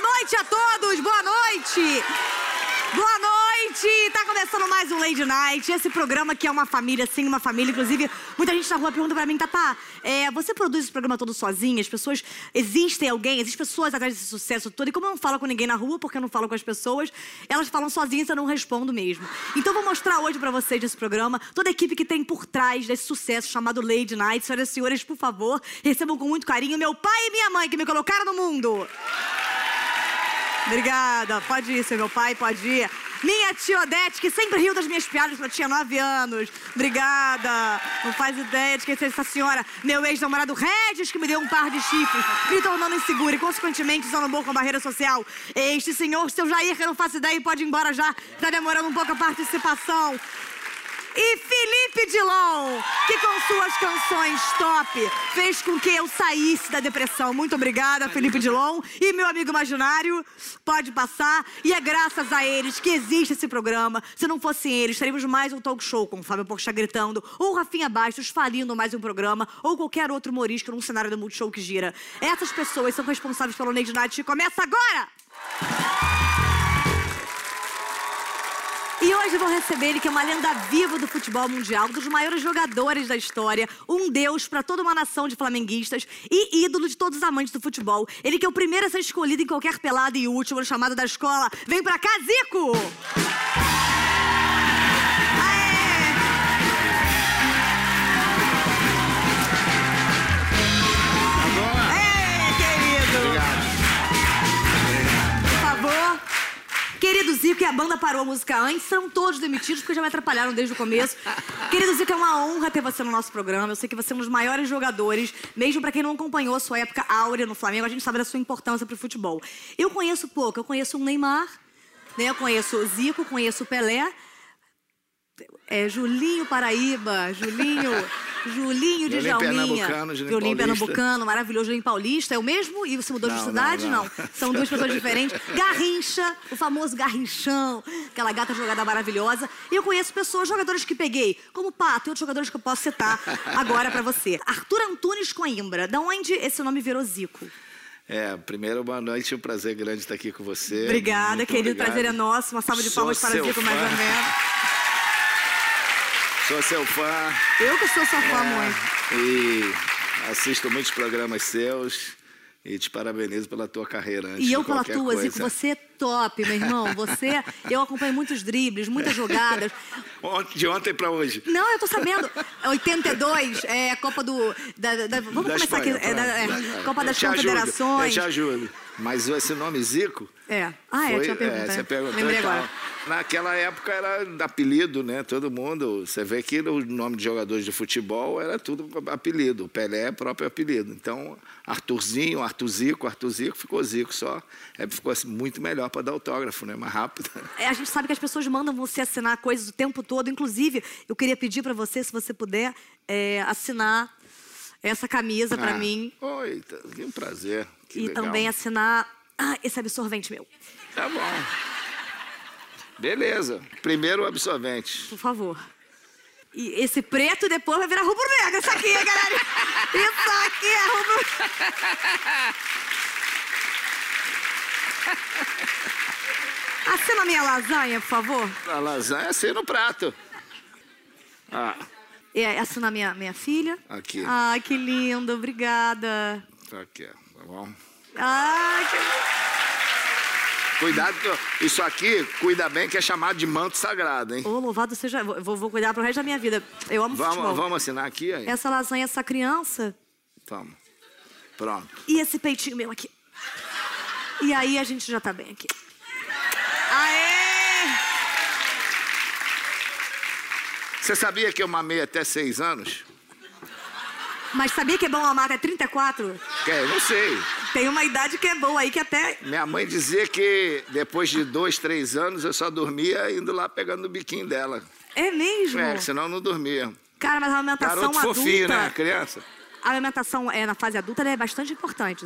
noite a todos, boa noite! Boa noite! Tá começando mais um Lady Night, esse programa que é uma família, sim, uma família. Inclusive, muita gente na rua pergunta pra mim, Tatá, é, você produz esse programa todo sozinha? As pessoas. Existem alguém, existem pessoas atrás desse sucesso todo. E como eu não falo com ninguém na rua, porque eu não falo com as pessoas, elas falam sozinhas e eu não respondo mesmo. Então, vou mostrar hoje pra vocês esse programa, toda a equipe que tem por trás desse sucesso chamado Lady Night. Senhoras e senhores, por favor, recebam com muito carinho meu pai e minha mãe que me colocaram no mundo. Obrigada. Pode ir, seu meu pai, pode ir. Minha tia Odete, que sempre riu das minhas piadas quando eu tinha nove anos. Obrigada. Não faz ideia de esquecer essa senhora. Meu ex-namorado Regis, que me deu um par de chifres, me tornando insegura e, consequentemente, usando um com a barreira social. Este senhor, seu Jair, que eu não faço ideia e pode ir embora já. Tá demorando um pouco a participação e Felipe Dilon, que com suas canções top fez com que eu saísse da depressão. Muito obrigada, Felipe Dilon. E meu amigo imaginário, pode passar. E é graças a eles que existe esse programa. Se não fossem eles, teríamos mais um talk show com o Fábio Porchat gritando, ou Rafinha Bastos falindo mais um programa, ou qualquer outro humorista num cenário do Multishow que gira. Essas pessoas são responsáveis pelo Lady Night e começa agora! E hoje eu vou receber ele, que é uma lenda viva do futebol mundial, um dos maiores jogadores da história, um deus para toda uma nação de flamenguistas e ídolo de todos os amantes do futebol. Ele que é o primeiro a ser escolhido em qualquer pelada e último no chamado da escola. Vem pra cá, Zico! Aê! Agora. Aê, querido! Obrigado. Por favor. Querido Zico, e a banda parou a música antes, serão todos demitidos porque já me atrapalharam desde o começo. Querido Zico, é uma honra ter você no nosso programa. Eu sei que você é um dos maiores jogadores, mesmo pra quem não acompanhou a sua época áurea no Flamengo, a gente sabe da sua importância pro futebol. Eu conheço pouco, eu conheço o Neymar, né? Eu conheço o Zico, conheço o Pelé. É Julinho Paraíba, Julinho, Julinho de Julinho Pernambucano, Julinho Julinho Paulista. Pernambucano, maravilhoso, Julinho Paulista. É o mesmo? E você mudou de Não, não, cidade? não. não. São duas pessoas diferentes. Garrincha, o famoso Garrinchão, aquela gata jogada maravilhosa. E eu conheço pessoas, jogadores que peguei, como Pato e outros jogadores que eu posso citar agora pra você. Arthur Antunes Coimbra, da onde esse nome virou Zico? É, primeiro, boa noite. Um prazer grande estar aqui com você. Obrigada, É, Muito querido. obrigado. Prazer é nosso. Uma salva de Sou palmas para seu Zico, mais fã. ou menos. Sou seu fã. Eu que sou sua fã, É, muito. E assisto muitos programas seus. E te parabenizo pela tua carreira. antes E de eu pela qualquer tua, coisa. Zico, você é top, meu irmão. Você, eu acompanho muitos dribles, muitas jogadas. Ont- De ontem pra hoje. Não, eu tô sabendo. 82 é a Copa do. da- da- vamos Da começar Espanha, aqui. é, da- é, pronto. Da- Copa Eu das te ajudo, Confederações. Eu te ajudo. Mas esse nome Zico... É. Ah, é, foi, tinha pergunta. né? você perguntou Lembrei e tal. agora. Naquela época era apelido, né? Todo mundo. Você vê que o nome de jogadores de futebol era tudo apelido. O Pelé é próprio apelido. Então, Arthurzinho, Arthurzico, Arthurzico, ficou Zico só. É, ficou assim, muito melhor para dar autógrafo, né? Mais rápido. É, a gente sabe que as pessoas mandam você assinar coisas o tempo todo. Inclusive, eu queria pedir pra você, se você puder, é, assinar essa camisa pra Ah, mim. Oi, tá- que um prazer. Que e legal. também assinar ah, esse absorvente meu. Tá bom. Beleza. Primeiro o absorvente. Por favor. E esse preto depois vai virar rubro-negro. Isso aqui, galera. Isso aqui é rubro... Assina minha lasanha, por favor. A lasanha assim no prato. Ah, É, assina minha, minha filha. Aqui. Ai, que lindo. Obrigada. tá aqui, ó, tá bom? Ai, que lindo. Cuidado, que isso aqui, cuida bem, que é chamado de manto sagrado, hein? Ô, louvado seja... eu Vou, vou cuidar pro resto da minha vida. Eu amo futebol. Vamos, vamos assinar aqui aí? Essa lasanha, essa criança... Toma. Pronto. E esse peitinho meu aqui. E aí a gente já tá bem aqui. Aê! Você sabia que eu mamei até seis anos? Mas sabia que é bom amar até 34? Quer, não sei. Tem uma idade que é boa aí que até. Minha mãe dizia que depois de dois, três anos eu só dormia indo lá pegando o biquinho dela. É mesmo? É, que senão eu não dormia. Cara, mas a alimentação Garoto adulta. fofinho, né? Criança. A alimentação é, na fase adulta ela é bastante importante.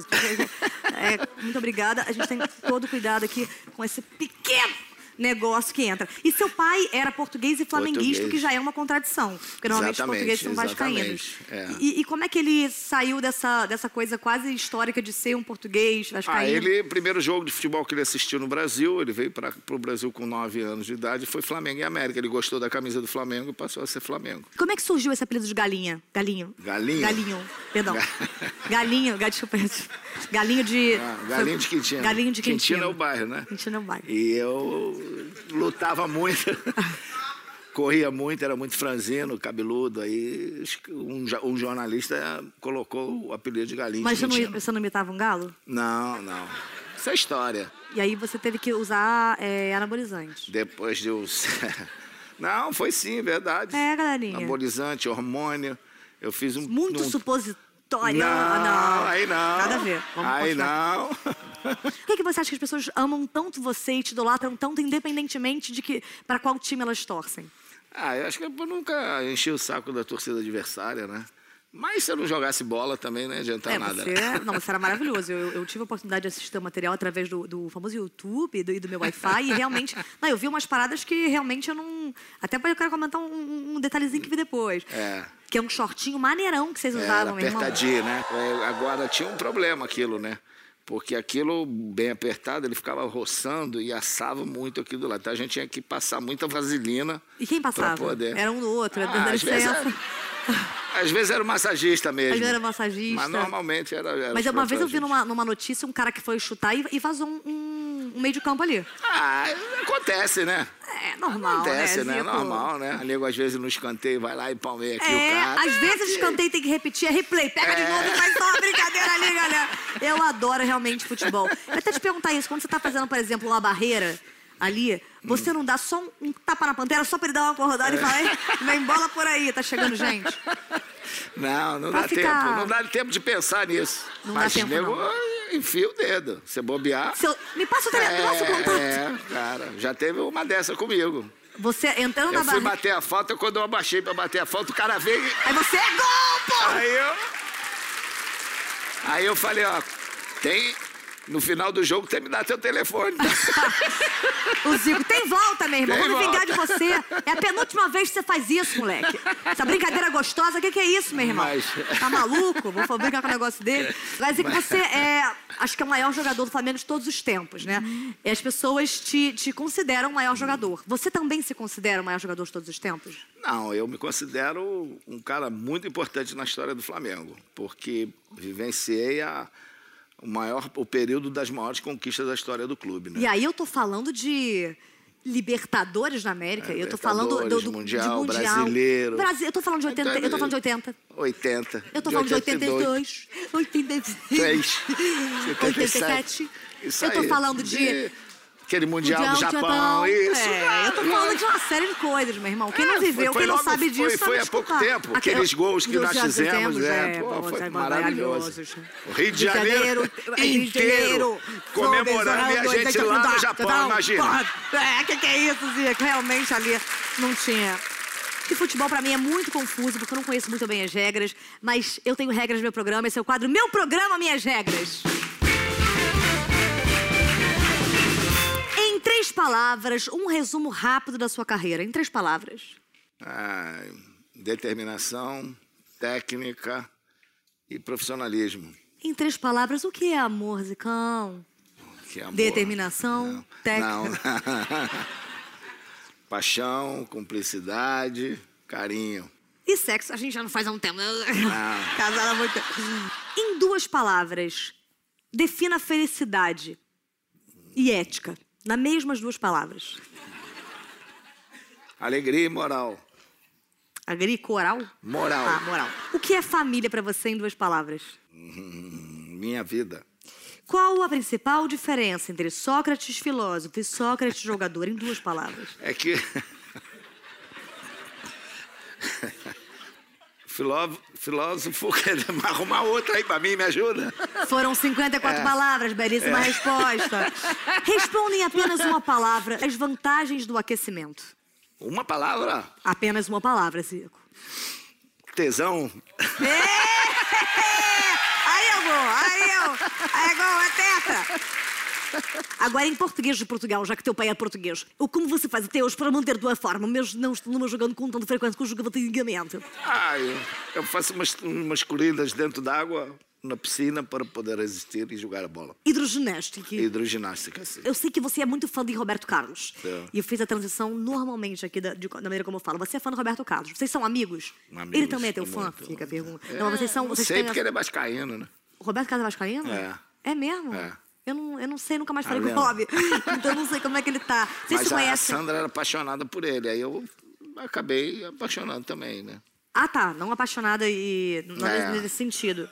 É, muito obrigada. A gente tem todo cuidado aqui com esse pequeno negócio que entra. E seu pai era português e flamenguista, Português. o que já é uma contradição. Porque normalmente os Exatamente, portugueses são vascaínos. exatamente, é. E, e como é que ele saiu dessa, dessa coisa quase histórica de ser um português Ah, vascaíno? ele, primeiro jogo de futebol que ele assistiu no Brasil, ele veio para o Brasil com 9 anos de idade, foi Flamengo e América. Ele gostou da camisa do Flamengo e passou a ser Flamengo. Como é que surgiu esse apelido de galinha? Galinho. Galinho? Galinho, perdão. Galinho, ga- desculpa. Galinho de... Ah, Galinho de Quintino. Galinho de Quintino. é o bairro, né? Quintino é o bairro. E eu lutava muito, corria muito, era muito franzino, cabeludo. Aí um, jo- um jornalista colocou o apelido de Galinho Mas de você não, Quintino. você não imitava um galo? Não, não. Isso é história. E aí você teve que usar é, anabolizante. Depois de os. Não, foi sim, verdade. É, galerinha. Anabolizante, hormônio. Eu fiz um. Muito um... supositório. Não, Ah, aí não. Nada a ver. Vamos aí continuar. não. Por que, que você acha que as pessoas amam tanto você e te idolatram tanto, independentemente de que para qual time elas torcem? Ah, eu acho que eu nunca enchi o saco da torcida adversária, né? Mas se eu não jogasse bola também não ia adiantar é, Tá nada. né? você, não, você era maravilhoso. Eu, eu tive a oportunidade de assistir o material através do, do famoso YouTube e do, e do meu Wi-Fi. E realmente, não, eu vi umas paradas que realmente eu não. Até eu quero comentar um, um detalhezinho que vi depois. É. Que é um shortinho maneirão que vocês Era usavam, meu irmão. apertadinho, né? É, agora tinha um problema aquilo, né? Porque aquilo bem apertado, ele ficava roçando e assava muito aqui do lado. Então a gente tinha que passar muita vaselina. E quem passava? Pra poder. Era um do outro, Ah, dando às vezes licença. era- Às vezes era o massagista mesmo. Às vezes era massagista. Mas normalmente era. era Mas é os uma vez eu vi professores. numa, numa notícia um cara que foi chutar e, e vazou um, um- um meio de campo ali. Ah, acontece, né? É normal, Tipo, Acontece, né? Zico? Normal, né? O nego às vezes no escanteio vai lá e palmeia aqui o É, cara. às vezes o escanteio tem que repetir, é replay. Pega de novo e faz só uma brincadeira ali, galera. Eu adoro realmente futebol. Eu até te perguntar isso, quando você tá fazendo, por exemplo, uma barreira ali, Hum. você não dá só um, um tapa na pantera só pra ele dar uma acordada e É. falar, "Ei, vem bola por aí, tá chegando gente. Não, não Pra dá ficar- tempo. Não dá tempo de pensar nisso. Não dá Mas tempo, nego não. enfia o dedo. Você bobear. Seu- me passa o telefone, passa o contato. é, cara. Já teve uma dessa comigo. Você entrando na Eu fui barreira. bater a falta, quando eu abaixei pra bater a falta, o cara veio. e- Aí você é gol, pô! Aí eu. Aí eu falei, ó, tem. No final do jogo tem que me dar teu telefone. O Zico, tem volta, meu irmão. Tem Vamos vingar de volta. você. É a penúltima vez que você faz isso, moleque. Essa brincadeira gostosa, o que, que é isso, meu irmão? Mas- Tá maluco? Vou fa- brincar com o negócio dele. Mas é que você é, acho que é o maior jogador do Flamengo de todos os tempos, né? E as pessoas te, te consideram o maior jogador. Você também se considera o maior jogador de todos os tempos? Não, eu me considero um cara muito importante na história do Flamengo, porque vivenciei a, o, maior, o período das maiores conquistas da história do clube. Né? E aí eu tô falando de Libertadores na América. eu tô falando do, É, Libertadores, do de Mundial, mundial. Brasileiro. Então, Brasi- eu tô falando de 80. Eu tô falando de 80. 80. Eu tô falando de 82, 86, Três, 87. 77. Isso Eu tô aí, falando de Aquele Mundial, do Japão, isso. É, eu tô falando de uma série de coisas, meu irmão. Quem não É, viveu, foi- foi quem não logo- sabe disso, foi- tá foi me há pouco escutar. tempo, aqueles gols que dos nós jogos fizemos, fizemos, é, pô, foi sabe, maravilhoso. maravilhosos. O Rio de Janeiro Rio é, de Janeiro, inteiro comemorando e a Flores, gente lá no Japão, Porra, imagina. É, que que é isso, Zico? Realmente ali não tinha. E futebol pra mim é muito confuso, porque eu não conheço muito bem as regras, mas eu tenho regras no meu programa, esse é o quadro Meu Programa, Minhas Regras. Em três palavras, um resumo rápido da sua carreira. Em três palavras. Ah, determinação, técnica e profissionalismo. Em três palavras, o que é amor, Zicão? que é amor. Determinação, Não, técnica. não. Paixão, cumplicidade, carinho. E sexo, a gente já não faz há um tempo. Ah. Casada há muito tempo. Em duas palavras, defina felicidade e ética. Nas mesmas duas palavras. Alegria e moral. Agri, coral? Moral. Ah, moral. O que é família pra você em duas palavras? Minha vida. Qual a principal diferença entre Sócrates filósofo e Sócrates jogador em duas palavras? É que. Filó- Filósofo, quer arrumar outra aí pra mim, me ajuda? Foram 54 É. palavras, belíssima resposta. Responda em apenas uma palavra as vantagens do aquecimento. Uma palavra? Apenas uma palavra, Zico. Tesão. é Aí eu vou, aí eu. Aí é igual a teta. Agora, em português de Portugal, já que teu pai é português, o como você faz até hoje para manter tua forma, mesmo não, não jogando com tanta frequência como jogava antigamente? Ah, eu, eu faço umas, umas corridas dentro d'água, na piscina, para poder resistir e jogar a bola. Hidroginástica. Hidroginástica, assim. sim. Eu sei que você é muito fã de Roberto Carlos. É. E eu fiz a transição normalmente aqui da, de- da maneira como eu falo. Você é fã do Roberto Carlos. Vocês são amigos? Amigos, ele também é teu fã? muito. É. Fica a pergunta. Não, mas vocês são. Vocês Sei têm porque ele é vascaíno, né? Roberto Carlos é Vascaíno? É. É mesmo? É. Eu não, eu não sei, nunca mais falei Tá com o Bob. vendo? Então eu não sei como é que ele tá. Vocês Mas se a, a conhecem? Sandra era apaixonada por ele, aí eu acabei apaixonando também, né? Ah, tá. Não apaixonada e. Não É. nesse sentido.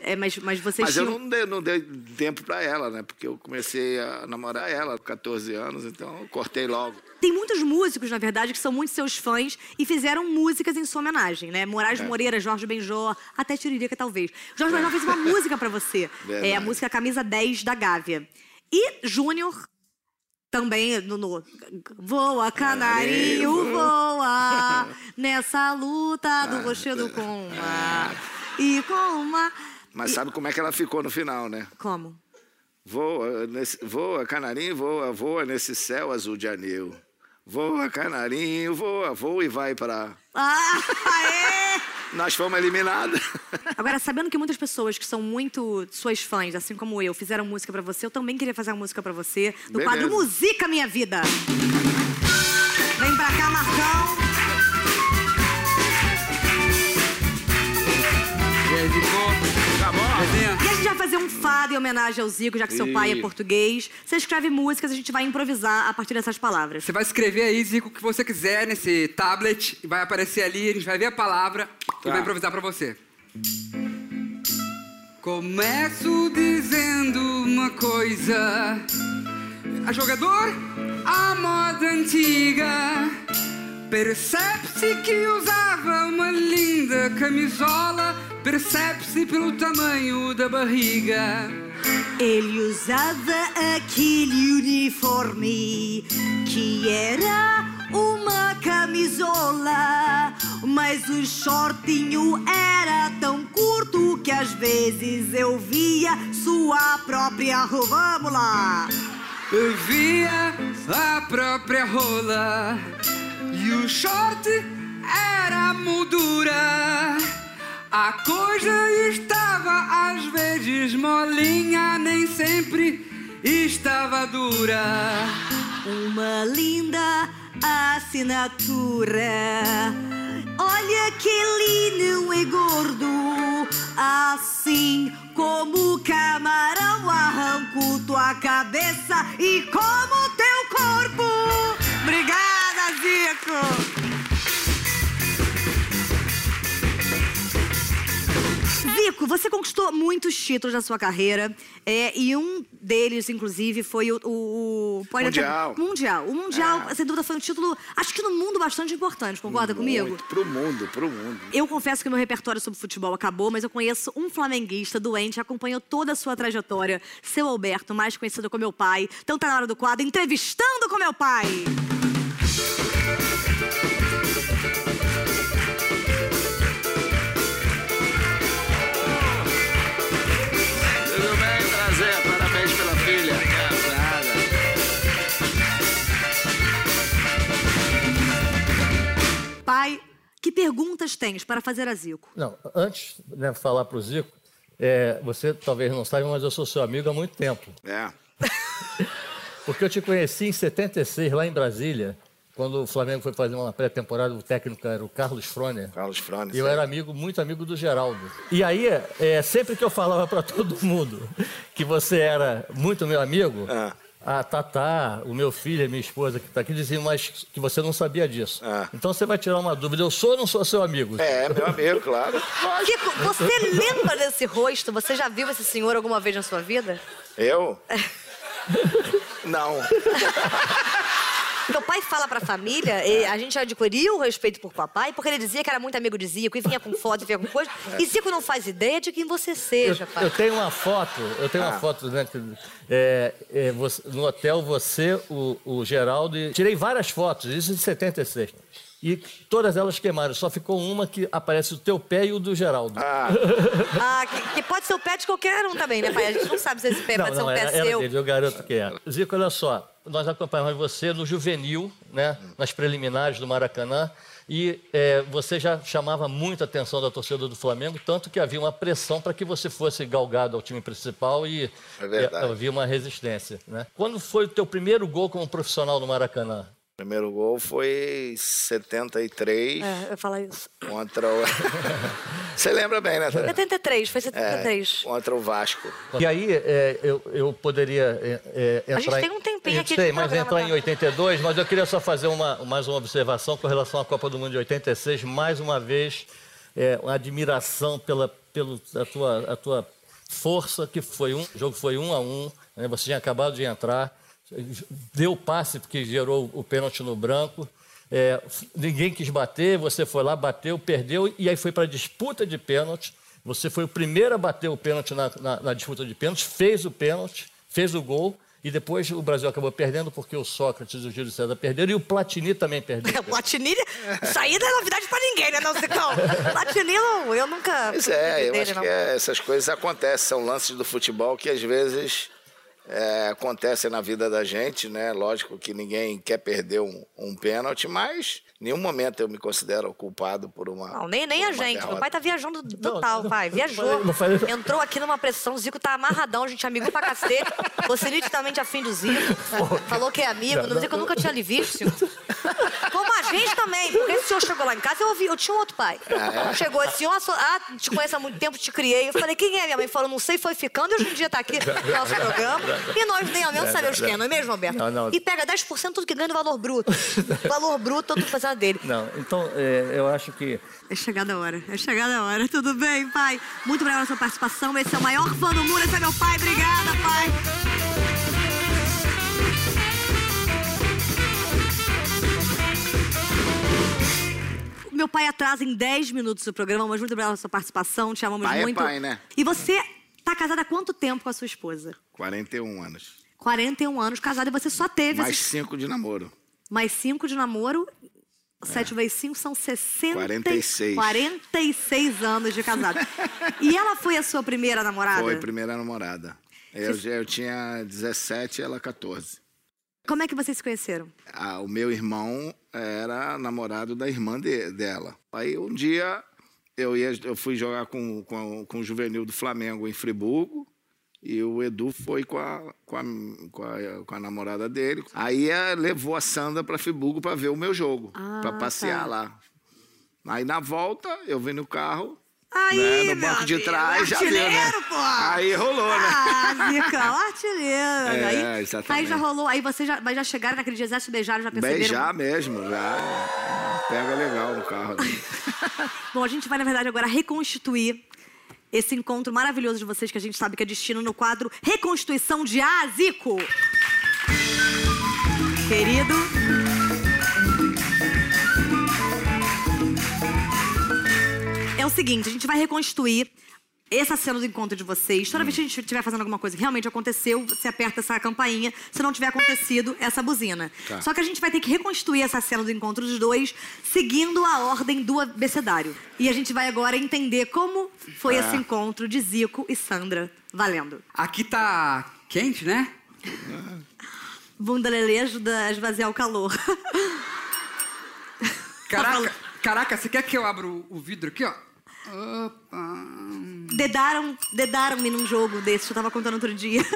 É. mas, mas vocês Mas eu tinham. não dei, não dei tempo pra ela, né? Porque eu comecei a namorar ela com 14 anos, então eu cortei logo. Tem muitos músicos, na verdade, que são muito seus fãs e fizeram músicas em sua homenagem, né? Moraes É. Moreira, Jorge Benjó, até Tiririca, talvez. Jorge Benjó fez uma música pra você. Verdade. É a música Camisa 10 da Gávea. E Júnior também no, no- É, Voa, canarinho, Canarinho, voa Nessa luta Ah, do rochedo com uma É. E com uma... Mas sabe como é que ela ficou no final, né? Como? Voa, nesse, voa, canarinho, voa, voa nesse céu azul de anil. Voa, canarinho, voa, voa e vai pra... Ah, aê! Nós fomos eliminados. Agora, sabendo que muitas pessoas que são muito suas fãs, assim como eu, fizeram música pra você, eu também queria fazer uma música pra você no Beleza. quadro Musica Minha Vida. Vem pra cá, Marcão. E aí, Zico? Resenha? E a gente vai fazer um fado em homenagem ao Zico, já que seu pai é Ih. português. Você escreve músicas, a gente vai improvisar a partir dessas palavras. Você vai escrever aí, Zico, o que você quiser nesse tablet. e Vai aparecer ali, a gente vai ver a palavra e Tá. vai improvisar pra você. Começo dizendo uma coisa. A jogador, a moda antiga. Percebe-se que usava uma linda camisola. Percebe-se pelo tamanho da barriga. Ele usava aquele uniforme que era uma camisola, mas o shortinho era tão curto que às vezes eu via sua própria roupa. Vamos lá! via a própria rola e o short era a moldura. A coisa estava às vezes molinha, nem sempre estava dura. Uma linda assinatura. Olha que ele não é gordo, assim como o camarão arranco tua cabeça e como teu corpo. Obrigada, Zico. Zico, você conquistou muitos títulos na sua carreira é, e um deles, inclusive, foi o, o, o pode até- Mundial. Mundial. O Mundial, É. sem dúvida, foi um título, acho que no mundo, bastante importante. Concorda comigo? Muito, pro mundo, pro mundo. Eu confesso que meu repertório sobre futebol acabou, mas eu conheço um flamenguista doente, acompanhou toda a sua trajetória. Seu Alberto, mais conhecido como meu pai. Então tá na hora do quadro Entrevistando com meu pai. Tudo bem, prazer. Parabéns pela filha. Casada. Pai, que perguntas tens para fazer a Zico? Não, antes de falar para o Zico, é, você talvez não saiba, mas eu sou seu amigo há muito tempo. É. Porque eu te conheci em 76, lá em Brasília, quando o Flamengo foi fazer uma pré-temporada, o técnico era o Carlos Froner. Carlos Frones. E eu era amigo, muito amigo do Geraldo. E aí, é, sempre que eu falava para todo mundo que você era muito meu amigo, Ah. a Tatá, o meu filho, a minha esposa que está aqui, diziam, mas que você não sabia disso. Ah. Então você vai tirar uma dúvida, eu sou ou não sou seu amigo? É, meu amigo, claro. Zico, você lembra desse rosto? Você já viu esse senhor alguma vez na sua vida? Eu? Não. Meu pai fala pra família, e a gente adquiriu o respeito por papai, porque ele dizia que era muito amigo de Zico, e vinha com foto, vinha com coisa. E Zico não faz ideia de quem você seja, Eu, pai. eu tenho uma foto, eu tenho uma Ah. foto né, que, é, é, você- no hotel, você, o, o Geraldo. e- Tirei várias fotos, isso em 76. E todas elas queimaram, só ficou uma que aparece o teu pé e o do Geraldo. Ah, Ah, que, que pode ser o pé de qualquer um também, né, pai? A gente não sabe se esse pé pode ser um era, pé era seu. dele, eu garanto que era. Zico, olha só, nós acompanhamos você no juvenil, né, nas preliminares do Maracanã, e eh, você já chamava muito a atenção da torcida do Flamengo, tanto que havia uma pressão para que você fosse galgado ao time principal e É verdade. eh, havia uma resistência. Né? Quando foi o teu primeiro gol como profissional no Maracanã? primeiro gol foi em 73 É, eu falo isso. contra o. Você lembra bem, né? Tadeu? 73, foi É, 73. contra o Vasco. E aí eh, eu, eu poderia eh, eh, entrar. A gente tem um tempinho em, aqui de Sei, mas programa, entrar tá? em 82, mas eu queria só fazer uma, mais uma observação com relação à Copa do Mundo de 86. Mais uma vez, eh, uma admiração pela pelo, a, tua, a tua força, que foi um. O jogo foi um a um. né? Você tinha acabado de entrar, deu o passe porque gerou o pênalti no branco. eh, f- ninguém quis bater, você foi lá, bateu, perdeu, e aí foi para a disputa de pênalti. Você foi o primeiro a bater o pênalti na, na- na disputa de pênalti, fez o pênalti, fez o gol. E depois o Brasil acabou perdendo porque o Sócrates e o Júlio César perderam e o Platini também perdeu. O Platini, isso aí não é novidade pra ninguém, né, não, Zicão? Platini, não- eu nunca... Pois fui muito é, eu dele, acho não. que é, essas coisas acontecem, são lances do futebol que às vezes é, acontecem na vida da gente, né? Lógico que ninguém quer perder um, um pênalti, mas em nenhum momento eu me considero culpado por uma. Não, nem, nem por a uma gente. Meu derrota. pai tá viajando Não, total, não, pai. não Viajou. falei- não falei- Entrou aqui numa pressão. O Zico tá amarradão. A gente é amigo pra cacete. Você nitidamente afim do Zico. Falou que é amigo. Não, No não, Zico eu nunca tinha lhe visto. Como a gente também. Porque esse senhor chegou lá em casa, eu ouvi. Eu tinha um outro pai. é? Chegou esse senhor, só- ah, te conheço há muito tempo, te criei. Eu falei, quem é? Minha mãe falou, não sei, foi ficando. E hoje em dia tá aqui no nosso programa. E nós nem ao menos sabemos quem é, não é mesmo, Alberto? Não, não. E pega 10% do que ganha do valor bruto. Valor bruto, eu tô fazendo dele. Não, então é, eu acho que É chegada a hora, é chegada a hora. Tudo bem, pai? Muito obrigada pela sua participação. Esse é o maior fã do mundo, esse é meu pai. Obrigada, pai. Meu pai atrasa em 10 minutos o programa, mas muito obrigada pela sua participação. Te amamos Pai é muito. pai, né? E você tá casada há quanto tempo com a sua esposa? 41 anos. 41 anos casada e você só teve Mais esses- cinco de namoro. mais 5 de namoro. É. 7 vezes 5 são 60. 46. 46 anos de casado. e ela foi a sua primeira namorada? Foi primeira namorada. Eu, já- eu tinha 17 e ela 14. Como é que vocês se conheceram? Ah, o meu irmão era namorado da irmã de- dela. Aí um dia eu, ia, eu fui jogar com, com, com o juvenil do Flamengo em Friburgo e o Edu foi com a, com a, com a, com a namorada dele. Aí eh, levou a Sandra para Friburgo para ver o meu jogo, Ah, para passear tá. lá. Aí na volta eu vim no carro. Aí, né, no meu banco de amigo, trás, já deu, né? artilheiro, pô! Aí rolou, né? Ah, Zicão, artilheiro. É, aí, exatamente. aí já rolou, aí vocês já, mas já chegaram naquele dia, já se beijaram, já perceberam. Beijar mesmo, já. Pega legal no carro. né? Bom, a gente vai, na verdade, agora reconstituir esse encontro maravilhoso de vocês, que a gente sabe que é destino, no quadro Reconstituição de A, Zico. Querido. É o seguinte, a gente vai reconstituir essa cena do encontro de vocês. Toda vez que a gente estiver fazendo alguma coisa que realmente aconteceu, você aperta essa campainha. Se não tiver acontecido, essa buzina. Tá. Só que a gente vai ter que reconstruir essa cena do encontro dos dois, seguindo a ordem do abecedário. E a gente vai agora entender como foi esse encontro de Zico e Sandra. Valendo. Aqui tá quente, né? Bunda Lelê ajuda a esvaziar o calor. Caraca, caraca, você quer que eu abra o o vidro aqui, ó? Opa. dedaram, dedaram-me num jogo desse, eu tava contando outro dia.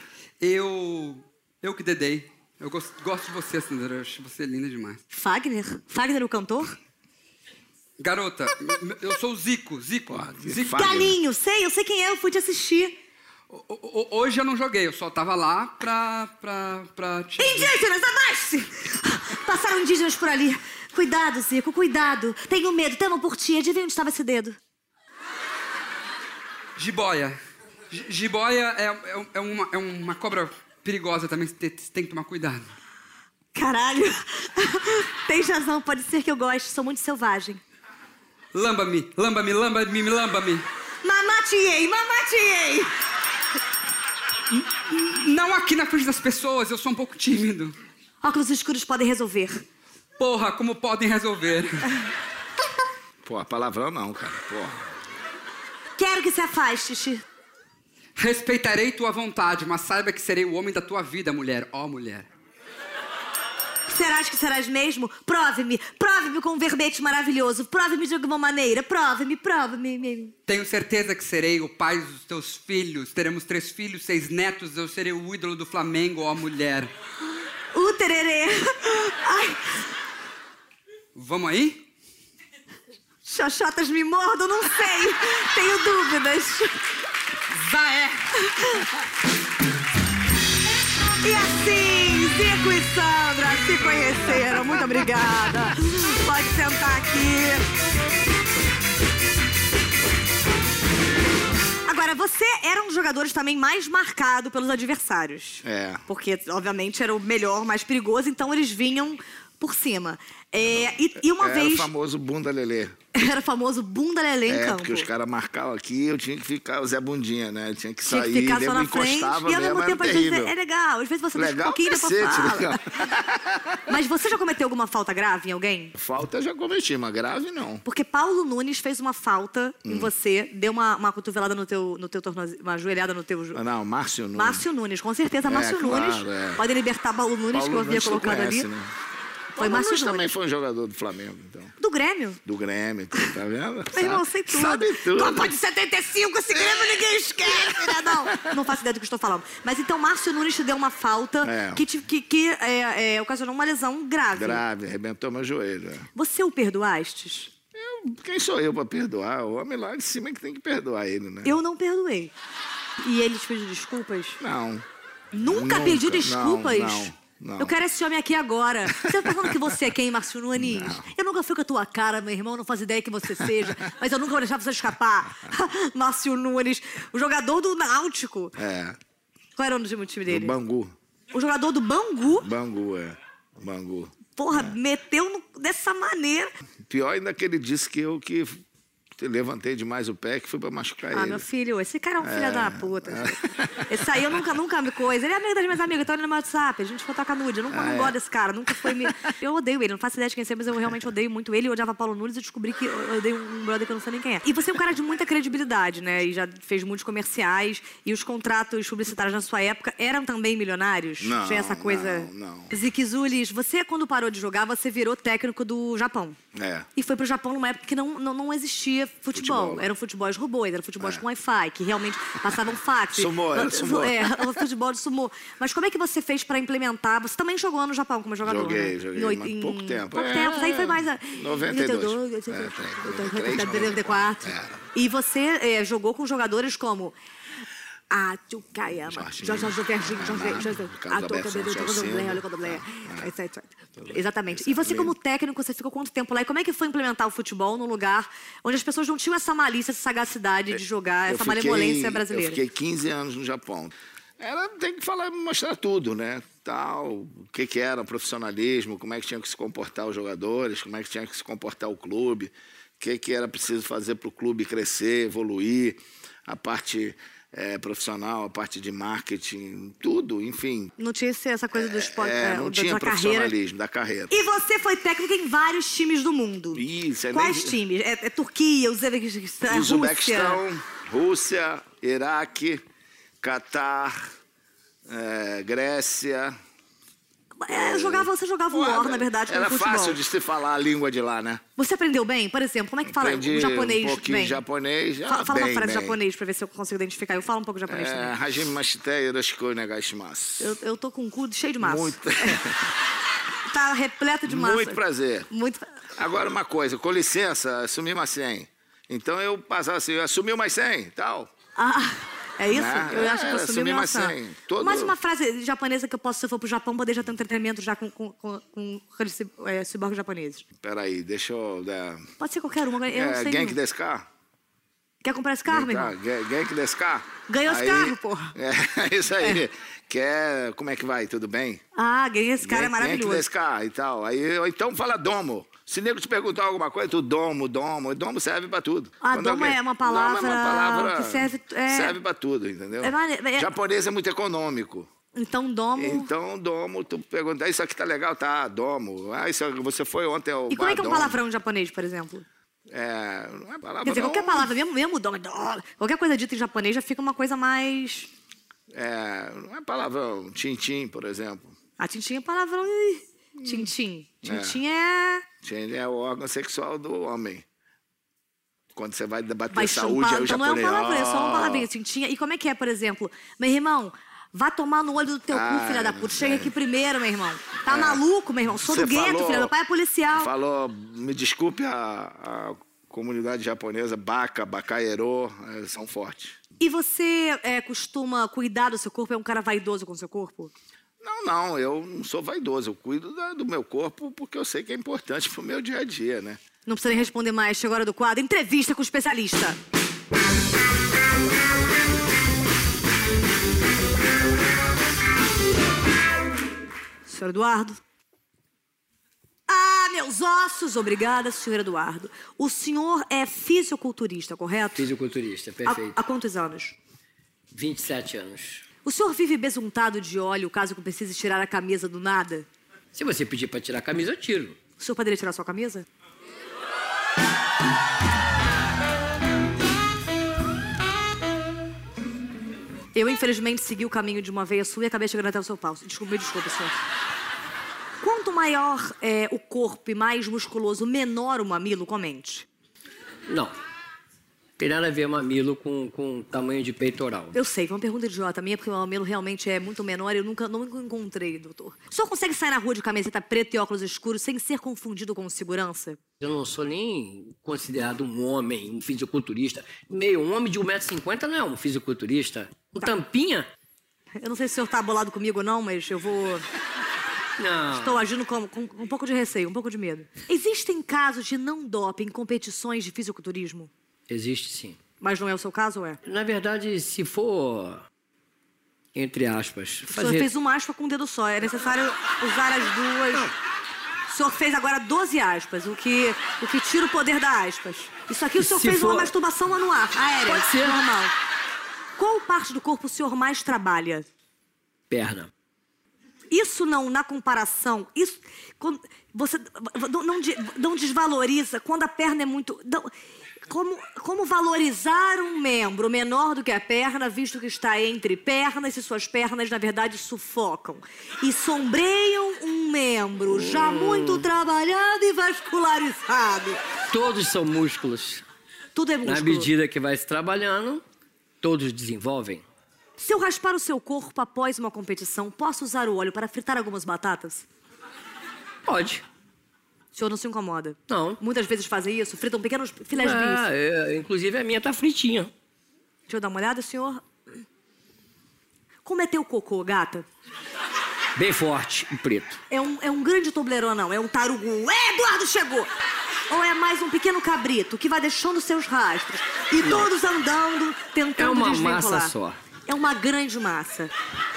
Eu. Eu que dedei. Eu gosto, gosto de você, Sandra. Eu acho você linda demais. Fagner? Fagner, o cantor? Garota, m- m- eu sou o Zico, Zico. Zico. Fagner. Galinho, sei, eu sei quem é, eu fui te assistir. O- o- o- Hoje eu não joguei, eu só tava lá pra. pra. pra te. Indígenas, abaixe-se! Passaram indígenas por ali. Cuidado, Zico, cuidado. Tenho medo, temo por ti. Adivinha onde estava esse dedo? Jiboia. Gi- Jiboia é, é, é uma, é uma cobra perigosa também, você tem, você tem que tomar cuidado. Caralho. Tem razão, pode ser que eu goste, sou muito selvagem. Lamba-me, lamba-me, lamba-me, lamba-me. Mamatiei, mamatiei! Não aqui na frente das pessoas, eu sou um pouco tímido. Óculos escuros podem resolver. Porra, como podem resolver? Pô, palavrão não, cara. Porra. Quero que se afaste, Xi. Respeitarei tua vontade, mas saiba que serei o homem da tua vida, mulher. Ó, mulher. Serás que serás mesmo? Prove-me, prove-me com um verbete maravilhoso. Prove-me de alguma maneira. Prove-me, prove-me. Tenho certeza que serei o pai dos teus filhos. Teremos três filhos, seis netos. Eu serei o ídolo do Flamengo, ó, mulher. Uh, tererê. Ai, Vamos aí? xoxotas me mordam, não sei. Tenho dúvidas. Zaé! E assim, Zico e Sandra se conheceram. Muito obrigada. Pode sentar aqui. Agora, você era um dos jogadores também mais marcado pelos adversários. É. Porque, obviamente, era o melhor, mais perigoso, então eles vinham por cima. É, e, e uma Era o vez famoso bunda lelê. era famoso bunda lelê em É, campo. porque os caras marcavam aqui, eu tinha que ficar o Zé Bundinha, né? Eu tinha que Tinha que sair, ficar nego só na frente. encostava E ao mesmo, mesmo era tempo, às vezes, terrível. é legal. Às vezes você deixa um Legal, pouquinho depois cacete, né, fala. legal. Mas você já cometeu alguma falta grave em alguém? Falta eu já cometi, mas grave não. Porque Paulo Nunes fez uma falta em Hum. você, deu uma, uma cotovelada no teu, no teu tornozelo, uma joelhada no teu... jo- Ah, Não, Márcio Nunes. Márcio Nunes, com certeza, Márcio claro, Nunes. é. Podem libertar Paulo Nunes, Paulo que eu havia Nunes tu colocado conhece, ali. né? Foi Paulo Márcio Nunes Nunes. também foi um jogador do Flamengo, então. Do Grêmio. Do Grêmio, tu tá vendo? Meu irmão, eu Sabe- sei tudo. Sabe tudo. É. Copa de 75, esse Grêmio ninguém esquece, né? Não, não faço ideia do que estou falando. Mas então, Márcio Nunes te deu uma falta É. que, te- que- que, é, é, ocasionou uma lesão grave. Grave, arrebentou meu joelho. é. Você o perdoastes? Eu- quem sou eu pra perdoar? O homem lá de cima é que tem que perdoar ele, né? Eu não perdoei. E ele te pediu desculpas? Não. Nunca, Nunca. pediu Não, desculpas? não, não. Eu quero esse homem aqui agora. Você tá falando que você é quem, Márcio Nunes? Eu nunca fui com a tua cara, meu irmão, não faço ideia que você seja, mas eu nunca vou deixar você escapar. Márcio Nunes, o jogador do Náutico. É. Qual era o último time Do dele? Bangu. O jogador do Bangu, Bangu, é. Bangu. porra, meteu no- dessa maneira. Pior ainda que ele disse que eu que levantei demais o pé que fui pra machucar Ah, ele. meu filho, esse cara é um filho da puta. Esse aí eu nunca, nunca me coisa. Ele é amigo das minhas amigas, tá olhando no meu WhatsApp, a gente fotoca nude. Eu nunca Ah, não é? gosto desse cara, nunca foi me. Eu odeio ele, não faço ideia de quem é, mas eu realmente odeio muito ele. Eu odiava Paulo Nunes e descobri que eu odeio um brother que eu não sei nem quem é. E você é um cara de muita credibilidade, né? E já fez muitos comerciais. E os contratos publicitários na sua época eram também milionários? Não, Tinha essa coisa. não, não. Ziquizulis, você, quando parou de jogar, você virou técnico do Japão. É. E foi pro Japão numa época que não, não, não existia futebol. Futebol. É. Eram futebols robôs, eram futebols com Wi-Fi, que realmente passavam fax. Sumô, era sumô. É, o futebol de sumô. Mas como é que você fez pra implementar? Você também jogou no Japão como jogador, Joguei, né? joguei, Em oit- mas em pouco tempo. Pouco É, tempo, isso aí foi mais... a- 92. 92, É, 93, 94. 94. E você eh, jogou com jogadores como... Atio Kayama, Jorginho, É, Jorge Jorge Jorginho, Renato, Jorge Jorge, Carlos Ato Alberto Cabedo, Santos Jorge Blair, Alcino. Olho quando Blair, É, é. etc, etc. Exatamente. E você, Exatamente. como técnico, você ficou quanto tempo lá? E como é que foi implementar o futebol num lugar onde as pessoas não tinham essa malícia, essa sagacidade de jogar, É, Eu ah, essa fiquei- malevolência brasileira? Eu fiquei 15 anos no Japão. Ela tem que falar, mostrar tudo, né? Tal, o que, que era o profissionalismo, como é que tinha que se comportar os jogadores, como é que tinha que se comportar o clube, o que, que era preciso fazer para o clube crescer, evoluir, a parte eh, profissional, a parte de marketing, tudo, enfim. Não tinha esse- essa coisa do esporte, É, é, não da tinha sua carreira. profissionalismo da carreira. E você foi técnico em vários times do mundo. Isso, é Quais nem- times? É, é Turquia, Uzbequistão, é Rússia. Uzbequistão, Rússia, Iraque, Catar, eh, Grécia. É, eu jogava, você jogava o War, na verdade, com Era futebol. fácil de se falar a língua de lá, né? Você aprendeu bem? Por exemplo, como é que fala Aprendi o japonês um pouquinho bem? de japonês. já Fala, fala bem, uma frase em bem. japonês pra ver se eu consigo identificar. Eu falo um pouco de japonês É, também. Hajime Mashite Yoroshiku Negashimasu. Eu, eu tô com o cu cheio de massa. Muito, Tá repleto de massa. muito prazer. Muito. Agora uma coisa, com licença, assumi mais 100. Então eu passava assim, assumiu mais 100, tal. Ah, é isso? Né? Eu acho que eu É, assumi sumi minha mas maçã. sem. Todo- Mais uma frase japonesa que eu posso, se eu for pro Japão, poder já ter um tratamento já com, com, com, com aqueles ci- é, ciborgues japoneses. Peraí, deixa eu... É, Pode ser qualquer uma, eu não é, sei. Genki nenhum. desu ka? Quer comprar esse carro, Ah, meu irmão? Ga- Gank desse carro. Ganhou esse Aí- carro, porra. É, isso aí. Que é, como é que vai? Tudo bem? Ah, ganhei esse cara, é Gank- Gank desse maravilhoso. carro e tal. Aí, ou então fala domo. Se nego te perguntar alguma coisa, tu domo, domo. Domo serve pra tudo. Ah, Quando domo é uma palavra que serve- é- serve pra tudo, entendeu? É mane- é- Japonês é muito econômico. Então, domo. Então, domo, tu pergunta, "Ah, isso aqui tá legal? Tá, domo. Ah, isso, você foi ontem ao e como é que é um Badom?" palavrão em japonês, por exemplo? É, não é palavra, Quer dizer, não. qualquer palavra, mesmo, mesmo domo, domo, qualquer coisa dita em japonês já fica uma coisa mais. É, não é palavrão. Tintim, por exemplo. Ah, tintim é palavrão Hum. e. Tintim. Tintim é. Tintim é o órgão sexual do homem. Quando você vai debater Vai saúde, chupar, aí o então não é um japonês... palavrão, é só "Ah, uma palavrinha. Tintim. E como é que é, por exemplo? Meu irmão, vá tomar no olho do teu Ah, cu, filha da puta. é. Chega aqui primeiro, meu irmão. Tá maluco, meu irmão? Sou do Você gueto, falou- filha. Meu pai é policial. Falou, me desculpe a, a comunidade japonesa, Baca, Bacaerô, eh, são fortes. E você é, costuma cuidar do seu corpo? É um cara vaidoso com o seu corpo? Não, não, eu não sou vaidoso, eu cuido da- do meu corpo porque eu sei que é importante pro meu dia a dia, né? Não precisa nem responder mais. Chegou a hora do quadro. Entrevista com o especialista. Senhor Eduardo. Ah, meus ossos. Obrigada, senhor Eduardo. O senhor é fisiculturista, correto? Fisiculturista, Há- perfeito. Há quantos anos? 27 anos. O senhor vive besuntado de óleo caso que precise tirar a camisa do nada? Se você pedir pra tirar a camisa, eu tiro. O senhor poderia tirar sua camisa? Eu, infelizmente, segui o caminho de uma veia sua e acabei chegando até o seu pau. Desculpa, me desculpa, senhor. Quanto maior é o corpo e mais musculoso, menor o mamilo, comente. Não. Tem nada a ver mamilo com, com tamanho de peitoral. Eu sei, foi uma pergunta idiota minha, porque o mamilo realmente é muito menor e eu nunca, nunca encontrei, doutor. O senhor consegue sair na rua de camiseta preta e óculos escuros sem ser confundido com o segurança? Eu não sou nem considerado um homem, um fisiculturista. Meio, um homem de 1,50m não é um fisiculturista. Tá. Um tampinha? Eu não sei se o senhor tá bolado comigo ou não, mas eu vou... Não. Estou agindo como? com, com um pouco de receio, um pouco de medo. Existem casos de não doping em competições de fisiculturismo? Existe sim. Mas não é o seu caso, ou é? Na verdade, se for, entre aspas, O senhor fazer... fez uma aspa com um dedo só. É necessário usar as duas. O senhor fez agora 12 aspas, o que, o que tira o poder da aspas. Isso aqui o Se senhor fez uma for- masturbação anual, aérea. Pode ser. né? Normal. Qual parte do corpo o senhor mais trabalha? Perna. Isso não, na comparação, isso. quando- você não, não de- não desvaloriza quando a perna é muito. não- como, como valorizar um membro menor do que a perna, visto que está entre pernas e suas pernas, na verdade, sufocam. E sombreiam um membro Hum. já muito trabalhado e vascularizado. Todos são músculos. Tudo é músculo. Na medida que vai se trabalhando, todos desenvolvem. Se eu raspar o seu corpo após uma competição, posso usar o óleo para fritar algumas batatas? Pode. O senhor não se incomoda? Não. Muitas vezes fazem isso, fritam pequenos filés bife. Ah, é, inclusive a minha tá fritinha. Deixa eu dar uma olhada, senhor. Como é teu cocô, gata? Bem forte e preto. É um, é um grande toblerão, não. É um tarugu. É, Eduardo chegou! Ou é mais um pequeno cabrito que vai deixando seus rastros e todos andando, tentando É uma desvincular. massa só. É uma grande massa.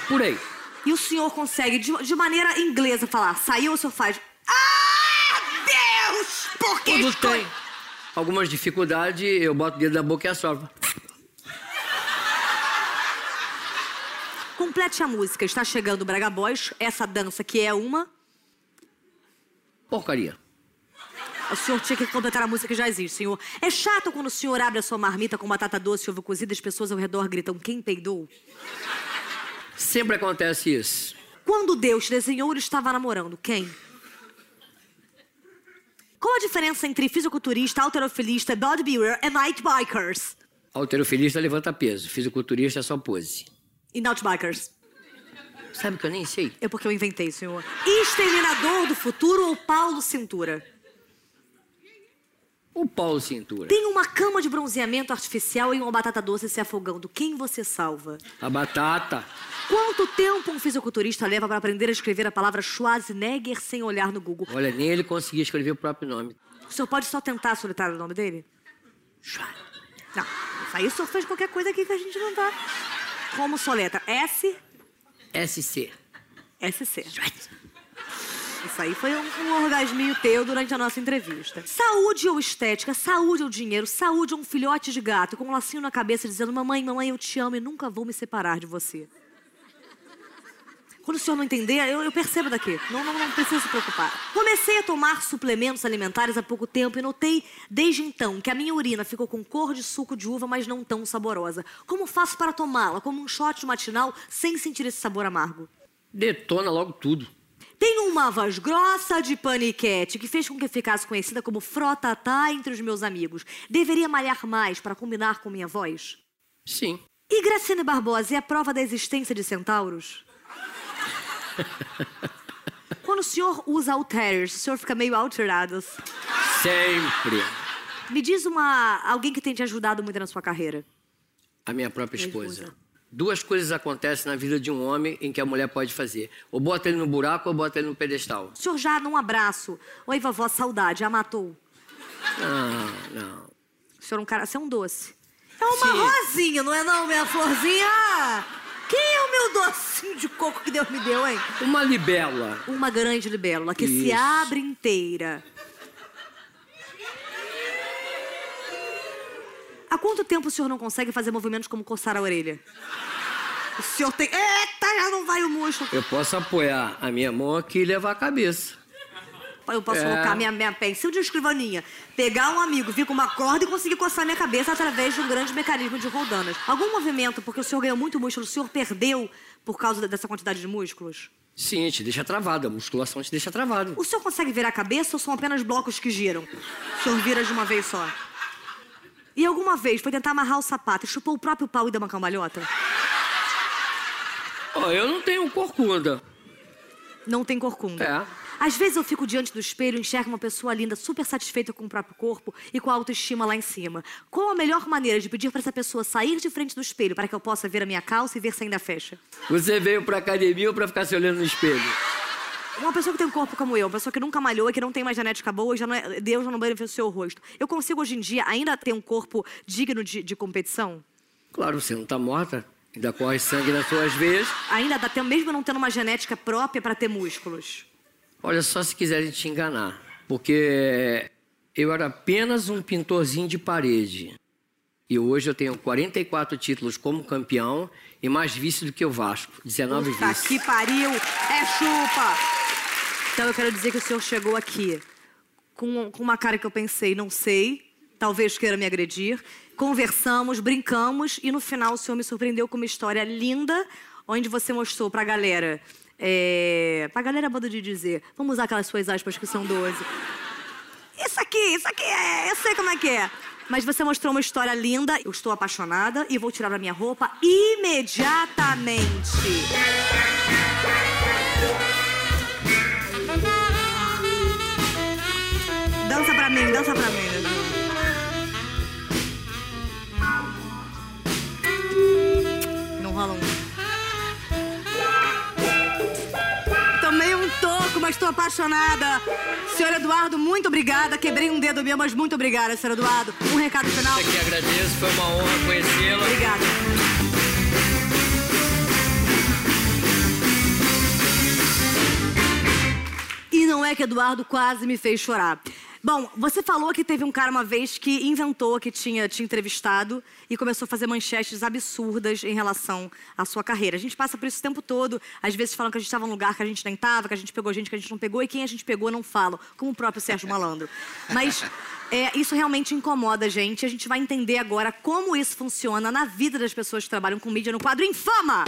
Por aí. E o senhor consegue, de, de maneira inglesa, falar, saiu ou o senhor faz... Ah, Deus! Por que Quando escolhe- tem algumas dificuldades, eu boto o dedo na boca e assopro. Complete a música. Está chegando o Braga Boys, essa dança que é uma... Porcaria. O senhor tinha que completar a música que já existe, senhor. É chato quando o senhor abre a sua marmita com batata doce e ovo cozida e as pessoas ao redor gritam quem peidou? Sempre acontece isso. Quando Deus te desenhou, ele estava namorando quem? Qual a diferença entre fisiculturista, alterofilista, bodybuilder e night bikers? Alterofilista levanta peso, fisiculturista é só pose. E night bikers? Sabe que eu nem sei? É porque eu inventei, senhor. Exterminador do futuro ou Paulo Cintura? O Paulo Cintura. Tem uma cama de bronzeamento artificial e uma batata doce se afogando. Quem você salva? A batata. Quanto tempo um fisiculturista leva para aprender a escrever a palavra Schwarzenegger sem olhar no Google? Olha, nem ele conseguia escrever o próprio nome. O senhor pode só tentar solicitar o nome dele? Schwar- Não, isso aí o senhor fez qualquer coisa aqui que a gente não tá. Como soleta? S, SC. S, C. Isso aí foi um, um orgasminho teu durante a nossa entrevista. Saúde ou estética, saúde ou dinheiro, saúde ou um filhote de gato com um lacinho na cabeça dizendo mamãe, mamãe, eu te amo e nunca vou me separar de você. Quando o senhor não entender, eu, eu percebo daqui. Não, não, não precisa se preocupar. Comecei a tomar suplementos alimentares há pouco tempo e notei desde então que a minha urina ficou com cor de suco de uva, mas não tão saborosa. Como faço para tomá-la? Como um shot matinal sem sentir esse sabor amargo? Detona logo tudo. Tenho uma voz grossa de paniquete que fez com que ficasse conhecida como frotatá entre os meus amigos. Deveria malhar mais para combinar com minha voz? Sim. E Graciane Barbosa é a prova da existência de centauros? Quando o senhor usa halteres, o senhor fica meio alterado. Sempre. Me diz uma alguém que tem te ajudado muito na sua carreira. A minha própria Minha esposa. esposa. Duas coisas acontecem na vida de um homem em que a mulher pode fazer. Ou bota ele no buraco ou bota ele no pedestal. O senhor já num abraço. Oi, vovó, saudade, a matou. Não, Ah, não. O senhor é um cara, você é um doce. É uma Sim. rosinha, não é não, minha florzinha? Quem é o meu docinho de coco que Deus me deu, hein? Uma libela. Uma grande libélula que se Isso. abre inteira. Há quanto tempo o senhor não consegue fazer movimentos como coçar a orelha? O senhor tem. Eita, já não vai o músculo. Eu posso apoiar a minha mão aqui e levar a cabeça. Eu posso É. colocar minha, minha pencil de escrivaninha, pegar um amigo, vir com uma corda e conseguir coçar minha cabeça através de um grande mecanismo de roldanas. Algum movimento, porque o senhor ganhou muito músculo, o senhor perdeu por causa da- dessa quantidade de músculos? Sim, te deixa travado. A musculação te deixa travado. O senhor consegue virar a cabeça ou são apenas blocos que giram? O senhor vira de uma vez só. E alguma vez foi tentar amarrar o sapato e chupou o próprio pau e deu uma cambalhota? Ó, eu não tenho corcunda. Não tem corcunda. É. Às vezes eu fico diante do espelho e enxergo uma pessoa linda, super satisfeita com o próprio corpo e com a autoestima lá em cima. Qual a melhor maneira de pedir pra essa pessoa sair de frente do espelho para que eu possa ver a minha calça e ver se ainda fecha? Você veio pra academia ou pra ficar se olhando no espelho? Uma pessoa que tem um corpo como eu, uma pessoa que nunca malhou e que não tem mais genética boa, e já não é, Deus já não beneficiou o seu rosto. Eu consigo hoje em dia ainda ter um corpo digno de- de competição? Claro, você não tá morta. Ainda corre sangue nas suas veias. Ainda dá tempo, mesmo não tendo uma genética própria pra ter músculos. Olha só se quiserem te enganar, porque eu era apenas um pintorzinho de parede. E hoje eu tenho 44 títulos como campeão e mais vice do que o Vasco, 19 Puta vices. que pariu, é chupa! Então eu quero dizer que o senhor chegou aqui com, com uma cara que eu pensei, não sei, talvez queira me agredir. Conversamos, brincamos e no final o senhor me surpreendeu com uma história linda, onde você mostrou pra galera. É, pra galera bando de dizer, vamos usar aquelas suas aspas que são 12. Isso aqui, isso aqui é. Eu sei como é que é. Mas você mostrou uma história linda, eu estou apaixonada e vou tirar a minha roupa imediatamente. Dança pra mim, dança pra mim. né? Não rola um. Tomei um toco, mas tô apaixonada. Senhor Eduardo, muito obrigada. Quebrei um dedo meu, mas muito obrigada, senhor Eduardo. Um recado final. que agradeço, foi uma honra conhecê-la. Obrigada. E não é que Eduardo quase me fez chorar. Bom, você falou que teve um cara uma vez que inventou que tinha te entrevistado e começou a fazer manchetes absurdas em relação à sua carreira. A gente passa por isso o tempo todo. Às vezes falam que a gente estava num lugar que a gente nem estava, que a gente pegou gente que a gente não pegou e quem a gente pegou não fala, como o próprio Sérgio Malandro. Mas é, isso realmente incomoda a gente. A gente vai entender agora como isso funciona na vida das pessoas que trabalham com mídia no quadro Infama.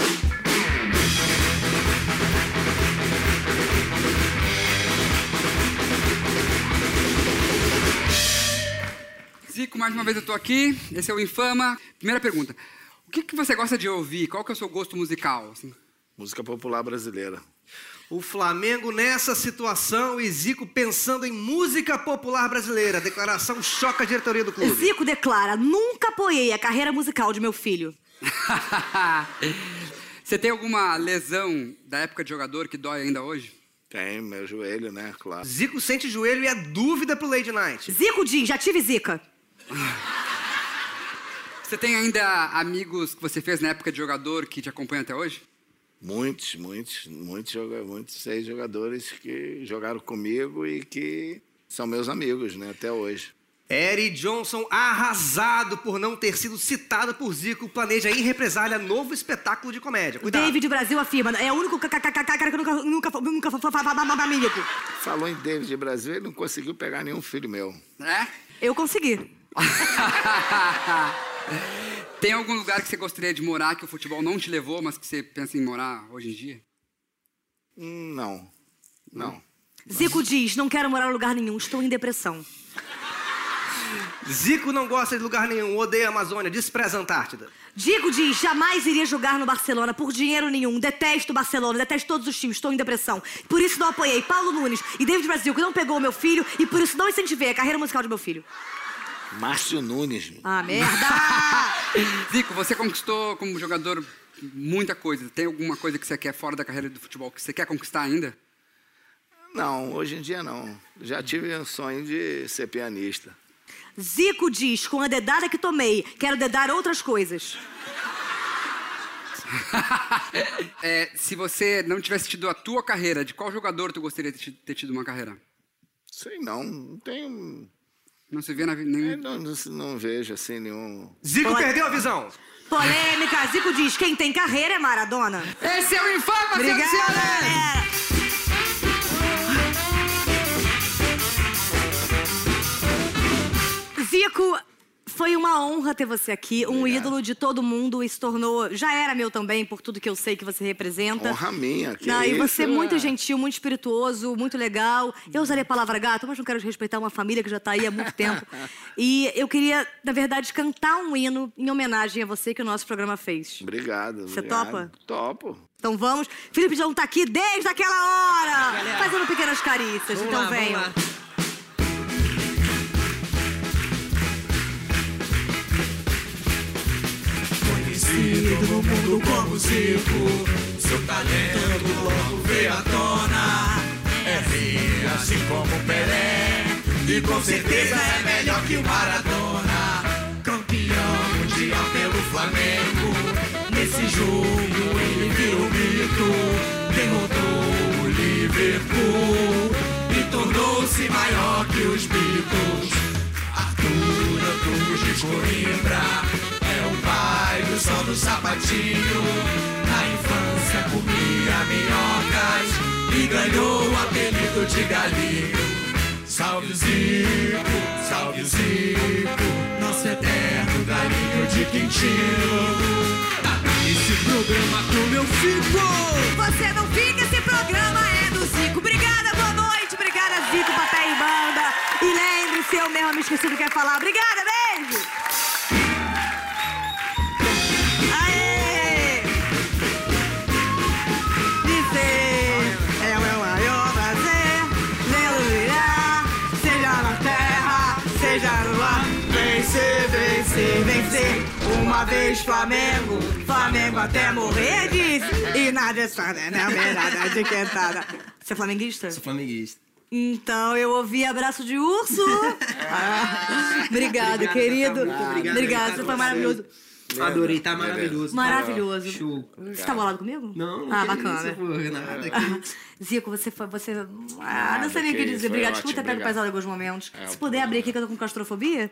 Zico, mais uma vez eu tô aqui. Esse é o Infama. Primeira pergunta. O que, que você gosta de ouvir? Qual que é o seu gosto musical? assim? Música popular brasileira. O Flamengo nessa situação e Zico pensando em música popular brasileira. Declaração choca a diretoria do clube. Zico declara: nunca apoiei a carreira musical de meu filho. você tem alguma lesão da época de jogador que dói ainda hoje? Tem meu joelho, né? Claro. Zico sente joelho e é dúvida pro Lady Night. Zico diz: já tive zica. Você tem ainda amigos que você fez na época de jogador que te acompanham até hoje? Muitos, muitos, muitos, joga- muitos seis jogadores que jogaram comigo e que são meus amigos, né? Até hoje. Eric Johnson arrasado por não ter sido citado por Zico planeja em represália novo espetáculo de comédia. Cuidado. David Brasil afirma. É o único cara que eu nunca. Nunca. Nunca. Nunca. Falou em David Brasil, ele não conseguiu pegar nenhum filho meu. Né? Eu consegui. Tem algum lugar que você gostaria de morar que o futebol não te levou, mas que você pensa em morar hoje em dia? Hum, Não, não. Zico diz: não quero morar em lugar nenhum, estou em depressão. Zico não gosta de lugar nenhum, odeia a Amazônia, despreza a Antártida. Diego diz: jamais iria jogar no Barcelona por dinheiro nenhum. Detesto o Barcelona, detesto todos os times, estou em depressão. Por isso não apoiei Paulo Nunes e David Brasil, que não pegou o meu filho, e por isso não incentivei a carreira musical de meu filho. Márcio Nunes. Ah, merda! Zico, você conquistou como jogador muita coisa. Tem alguma coisa que você quer fora da carreira do futebol que você quer conquistar ainda? Não, hoje em dia não. Já tive um sonho de ser pianista. Zico diz: com a dedada que tomei, quero dedar outras coisas. É, se você não tivesse tido a tua carreira, de qual jogador tu gostaria de ti- ter tido uma carreira? Sei não, não tenho. Não se vê na vida eu nenhum. Não, não, não vejo assim nenhum. Zico Olha- perdeu a visão. Polêmica, Zico diz: quem tem carreira é Maradona. Esse é o Infama, senhoras e Obrigada, senhores! galera! É. Zico, foi uma honra ter você aqui, um ídolo de todo mundo e se tornou. Já era meu também, por tudo que eu sei que você representa. Honra minha. Que Então, Não, e isso, você é muito é. gentil, muito espirituoso, muito legal. Eu usaria a palavra gato, mas não quero respeitar uma família que já tá aí há muito tempo. E eu queria, na verdade, cantar um hino em homenagem a você que o nosso programa fez. Obrigado. Você obrigado. topa? Topo. Então vamos. Felipe João tá aqui desde aquela hora, fazendo pequenas carícias. então lá, venham. vamos lá. conhecido no mundo como Zico. Seu talento logo veio à tona. É fim, assim como Pelé. E com certeza é melhor que o Maradona. Campeão mundial pelo Flamengo. Nesse jogo ele virou mito. Derrotou o Liverpool. E tornou-se maior que os Beatles. Artura Cruz de Coimbra É o pai do sol do sapatinho Na infância comia minhocas E ganhou o apelido de galinho Salve o Zico, salve o Zico Nosso eterno galinho de Quintino Tá esse programa do meu filho Você não fica, esse programa é do Zico. Obrigada, boa noite. Obrigada, Zico, Paté e Banda. E lembre-se, eu mesmo me esqueci do que ia falar. Obrigada, beijo! Aê! Dizer é o meu maior prazer vê-lo virar, seja na terra, seja no ar. Vencer, vencer, vencer. Uma vez Flamengo, Flamengo até morrer diz. E nada é só, né? Não é nada de quentada. Você é flamenguista? Sou flamenguista. Então eu ouvi abraço de urso. Ah, obrigado, Obrigada, querido. Tatá, muito obrigado. Obrigado, você foi maravilhoso. Adorei, tá maravilhoso. Maravilhoso. Show. Você tá bolado comigo? Não, Ah, que bacana. Isso, pô, nada aqui. Zico, você foi. Você... Ah, não Nada, sabia o que que dizer. isso, foi Obrigado. ótimo, Desculpa ter pego obrigado. pesado em alguns momentos. É, Se o puder abrir aqui que eu tô com claustrofobia.